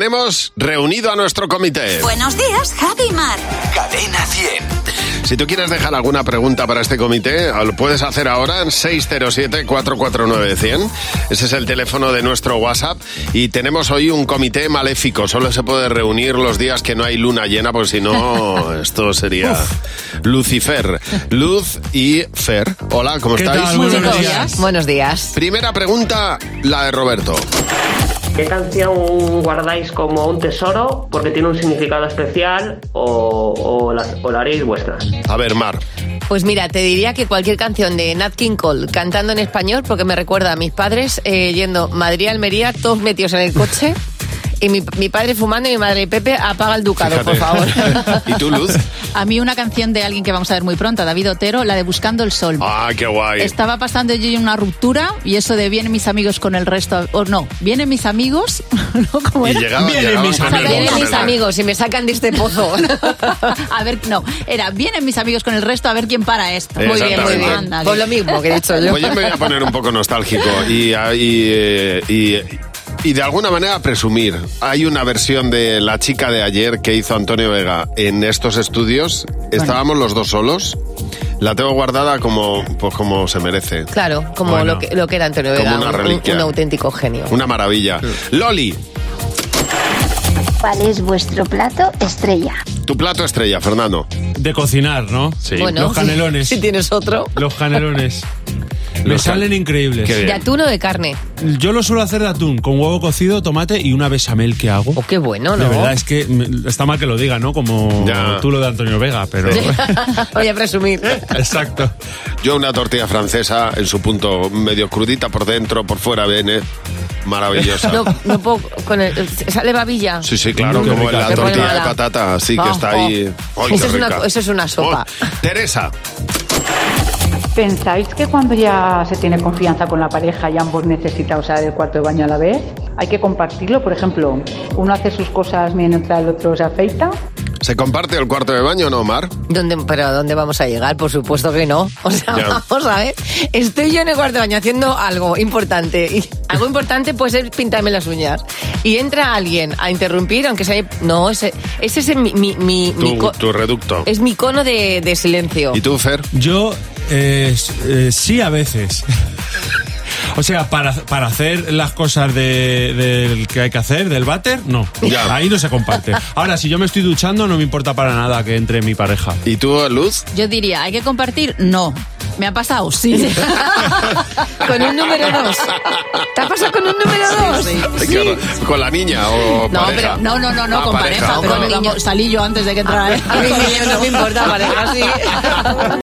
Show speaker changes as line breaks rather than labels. Tenemos reunido a nuestro comité.
Buenos días, Javi y Mar.
Cadena 100.
Si tú quieres dejar alguna pregunta para este comité, lo puedes hacer ahora en 607-449-100. Ese es el teléfono de nuestro WhatsApp. Y tenemos hoy un comité maléfico. Solo se puede reunir los días que no hay luna llena, porque si no, esto sería Lucifer. Luz y Fer. Hola, ¿cómo
¿Qué
estáis?
tal? Buenos Buenos días.
Buenos días.
Primera pregunta, la de Roberto.
¿Qué canción guardáis como un tesoro porque tiene un significado especial o, o la, o la haréis vuestras?
A ver, Mar.
Pues mira, te diría que cualquier canción de Nat King Cole cantando en español, porque me recuerda a mis padres eh, yendo Madrid-Almería, todos metidos en el coche. Y mi, mi padre fumando y mi madre Pepe apaga el ducado, por favor.
¿Y tú, Luz?
A mí una canción de alguien que vamos a ver muy pronto, David Otero, la de Buscando el Sol.
Ah, qué guay.
Estaba pasando yo una ruptura y eso de vienen mis amigos con el resto, o no, vienen mis amigos, ¿no? ¿Cómo
Y
era?
llegaba-
Vienen
llegaba
mis
con el
amigos.
bono,
Vienen mis
¿verdad?
amigos y me sacan de este pozo.
a ver, no, era vienen mis amigos con el resto a ver quién para esto.
Muy bien, muy bien.
Anda,
Pues
que-
lo mismo que he dicho yo.
Pues yo me voy a poner un poco nostálgico y, y, eh, y- y de alguna manera presumir. Hay una versión de La chica de ayer que hizo Antonio Vega en estos estudios. Estábamos los dos solos. La tengo guardada como, pues como se merece.
Claro, como
Bueno.
lo, que, lo que era Antonio
Como
Vega,
una
un- un-
reliquia.
un auténtico genio.
Una maravilla. Loli,
¿Cuál es vuestro plato estrella?
tu plato estrella, Fernando.
De cocinar, ¿no?
Sí.
Bueno,
Los canelones.
Si, tienes otro.
Los canelones. Me
Los can-
salen increíbles.
Qué
De
bien.
atún o de carne.
Yo lo suelo hacer de atún, con huevo cocido, tomate y una bechamel que hago.
Oh, qué bueno,
De
¿no?
verdad es que me- está mal que lo diga, ¿no? Como
Ya.
tú lo de Antonio Vega, pero...
Voy a presumir.
Exacto.
Yo una tortilla francesa en su punto medio crudita por dentro, por fuera, bien, ¿eh? Maravillosa.
No, no puedo con el, sale babilla.
Sí, sí, claro,
Qué
como
rica.
la
Me
pone
tortilla de
mala.
patata, así que
Oh,
está
oh.
ahí. Ay,
Eso
qué
es una-
rica.
eso es una sopa.
Oh, Teresa,
¿Pensáis que cuando ya se tiene confianza con la pareja y ambos necesitan usar el cuarto de baño a la vez? Hay que compartirlo, por ejemplo, uno hace sus cosas mientras el otro se afeita.
¿se comparte el cuarto de baño o no, Mar?
¿Dónde, pero ¿a dónde vamos a llegar? Por supuesto que no. O sea,
Ya.
vamos a ver. Estoy yo en el cuarto de baño haciendo algo importante. Y algo importante puede ser pintarme las uñas. Y entra alguien a interrumpir, aunque sea... No, ese, ese es mi... mi, mi- mi
Tu,
co-
tu reducto.
es mi cono de, de silencio.
¿Y tú, Fer?
Yo eh, s- eh, sí a veces. O sea, para, para hacer las cosas de- del que hay que hacer, del váter, no.
Ya.
Ahí no se comparte. Ahora, si yo me estoy duchando, no me importa para nada que entre mi pareja.
¿Y tú, Luz?
Yo diría, ¿hay que compartir? No. ¿Me ha pasado? Sí.
Con un número dos. ¿Te ha pasado con un número dos?
Ay, qué horror. ¿Con la niña o
No,
pareja?
pero, no, no, no, no,
Ah,
con pareja,
ah,
pero
vale.
¿eh? digamos, salí yo antes de que entrara. él.
A mí no me importa, pareja, sí.